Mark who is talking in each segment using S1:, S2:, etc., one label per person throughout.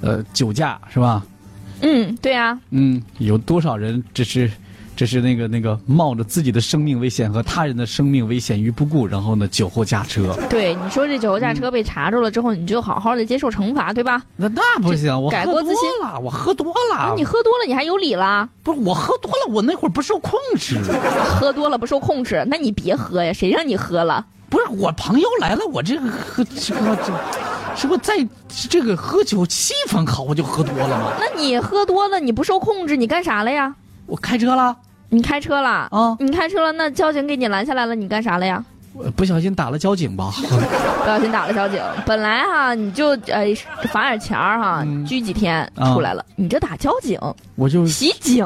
S1: 呃酒驾是吧？
S2: 嗯，对啊，
S1: 嗯，有多少人这是这是那个那个冒着自己的生命危险和他人的生命危险于不顾，然后呢酒后驾车？
S2: 对，你说这酒后驾车被查住了之后，你就好好的接受惩罚，对吧？
S1: 那那不行，我
S2: 改
S1: 喝
S2: 过
S1: 多
S2: 自新
S1: 了，我喝多
S2: 啊
S1: 了，
S2: 你喝多了，你还有理了？
S1: 不是我喝多了，我那会儿不受控制，
S2: 喝多了不受控制，那你别喝呀，谁让你喝了？
S1: 不是我朋友来了，我这个喝这个这，是不是在这个喝酒气氛好，我就喝多了吗？
S2: 那你喝多了，你不受控制，你干啥了呀？
S1: 我开车了
S2: 你开车了？
S1: 啊、
S2: 你开车了，那交警给你拦下来了，你干啥了呀？
S1: 呃不小心打了交警吧？
S2: 不小心打了交警。本来哈，你就呃罚点钱儿哈，
S1: 嗯
S2: 拘几天
S1: 啊
S2: 出来了，你这打交警
S1: 我就
S2: 袭警，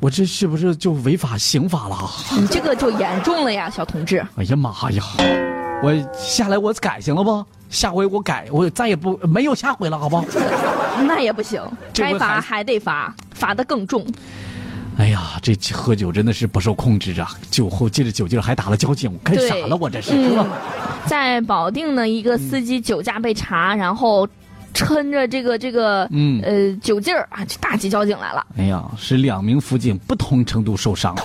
S1: 我这是不是就违法刑法了？
S2: 你这个就严重了呀，小同志。
S1: 哎呀妈呀！我下来我改行了不？下回我改，我再也不没有下回了，好不好？
S2: 那也不行，
S1: 这回
S2: 该罚
S1: 还
S2: 还得罚，罚的更重。
S1: 哎呀，这喝酒真的是不受控制啊！酒后借着酒劲儿还打了交警，我干啥
S2: 对
S1: 了？我这是、
S2: 嗯，在保定呢，一个司机酒驾被查，然后撑着这个这个
S1: 嗯
S2: 呃酒劲儿啊，就打起交警来了。
S1: 哎呀，使两名辅警不同程度受伤。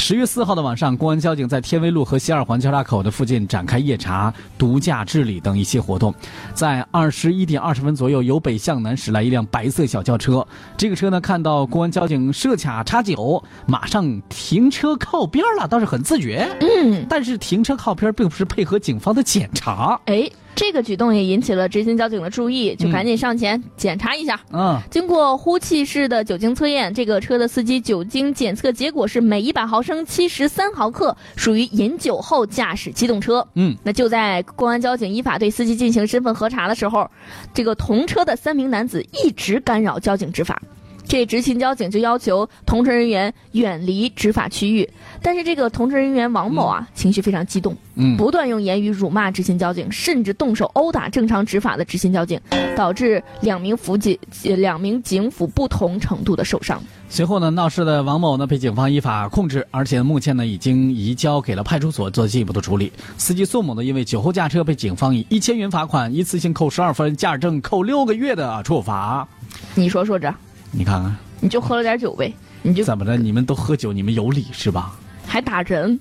S1: 十月四号的晚上，公安交警在天威路和西二环交叉口的附近展开夜查、毒驾治理等一些活动。在二十一点二十分左右，由北向南驶来一辆白色小轿车。这个车呢，看到公安交警设卡查酒，马上停车靠边了，倒是很自觉。嗯，但是停车靠边并不是配合警方的检查。
S2: 哎，这个举动也引起了执行交警的注意，就赶紧上前检查一下。
S1: 嗯，
S2: 经过呼气式的酒精测验，这个车的司机酒精检测结果是每一百毫升七十三毫克，属于饮酒后驾驶机动车。
S1: 嗯，
S2: 那就在公安交警依法对司机进行身份核查的时候，这个同车的三名男子一直干扰交警执法。这执勤交警就要求同车人员远离执法区域，但是这个同车人员王某啊，情绪非常激动，
S1: 嗯
S2: 不断用言语辱骂执勤交警，甚至动手殴打正常执法的执勤交警，导致两名辅警、呃两名警辅不同程度的受伤。
S1: 随后呢，闹事的王某呢被警方依法控制，而且目前呢已经移交给了派出所做进一步的处理。司机宋某呢因为酒后驾车被警方以一千元罚款、一次性扣十二分、驾驶证扣六个月的啊处罚。
S2: 你说说这，
S1: 你看看
S2: 你就喝了点酒呗，你就
S1: 怎么着？你们都喝酒，你们有理是吧？
S2: 还打人，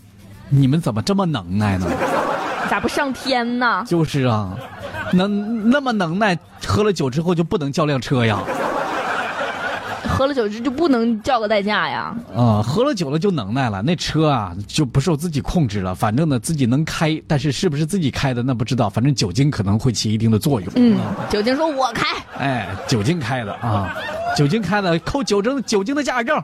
S1: 你们怎么这么能耐呢？
S2: 咋不上天呢？
S1: 就是啊，能那么能耐，喝了酒之后就不能叫辆车呀？
S2: 喝了酒就就不能叫个代驾呀？
S1: 啊、喝了酒了就能耐了，那车啊就不受自己控制了。反正呢自己能开，但是是不是自己开的那不知道，反正酒精可能会起一定的作用。
S2: 嗯，酒精说我开，
S1: 哎，酒精开的啊，酒精开的扣酒精酒精的驾驶 证，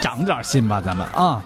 S1: 长点心吧咱们啊。